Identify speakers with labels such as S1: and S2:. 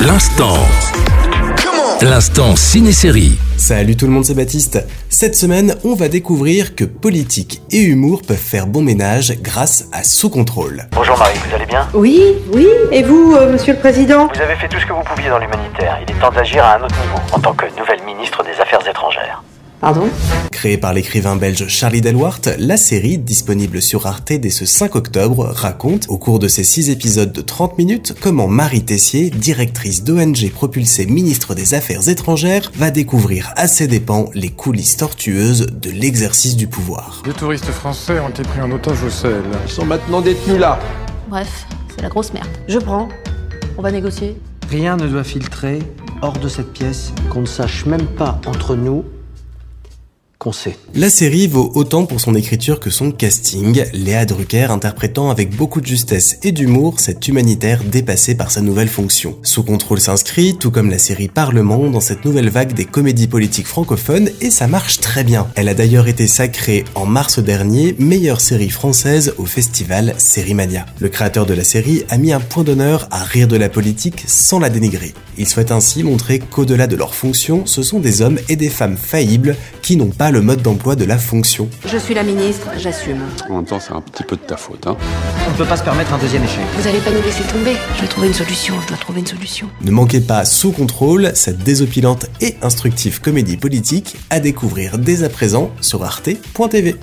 S1: L'instant. L'instant ciné-série.
S2: Salut tout le monde, c'est Baptiste. Cette semaine, on va découvrir que politique et humour peuvent faire bon ménage grâce à Sous Contrôle.
S3: Bonjour Marie, vous allez bien
S4: Oui, oui, et vous, euh, monsieur le président
S3: Vous avez fait tout ce que vous pouviez dans l'humanitaire. Il est temps d'agir à un autre niveau, en tant que nouvelle ministre des Affaires étrangères.
S4: Pardon
S2: Créée par l'écrivain belge Charlie Delwart, la série, disponible sur Arte dès ce 5 octobre, raconte, au cours de ses 6 épisodes de 30 minutes, comment Marie Tessier, directrice d'ONG propulsée ministre des Affaires étrangères, va découvrir à ses dépens les coulisses tortueuses de l'exercice du pouvoir.
S5: Deux touristes français ont été pris en otage au sel.
S6: Ils sont maintenant détenus là.
S7: Bref, c'est la grosse merde.
S4: Je prends.
S7: On va négocier.
S8: Rien ne doit filtrer hors de cette pièce qu'on ne sache même pas entre nous qu'on sait.
S2: La série vaut autant pour son écriture que son casting, Léa Drucker interprétant avec beaucoup de justesse et d'humour cet humanitaire dépassé par sa nouvelle fonction. Sous contrôle s'inscrit, tout comme la série Parlement, dans cette nouvelle vague des comédies politiques francophones et ça marche très bien. Elle a d'ailleurs été sacrée en mars dernier meilleure série française au festival Sérimania. Le créateur de la série a mis un point d'honneur à rire de la politique sans la dénigrer. Il souhaite ainsi montrer qu'au-delà de leurs fonctions, ce sont des hommes et des femmes faillibles qui n'ont pas le mode d'emploi de la fonction.
S4: Je suis la ministre, j'assume.
S9: En même temps, c'est un petit peu de ta faute. Hein.
S8: On ne peut pas se permettre un deuxième échec.
S7: Vous allez pas nous laisser tomber. Je dois trouver une solution, je dois trouver une solution.
S2: Ne manquez pas Sous Contrôle, cette désopilante et instructive comédie politique à découvrir dès à présent sur arte.tv.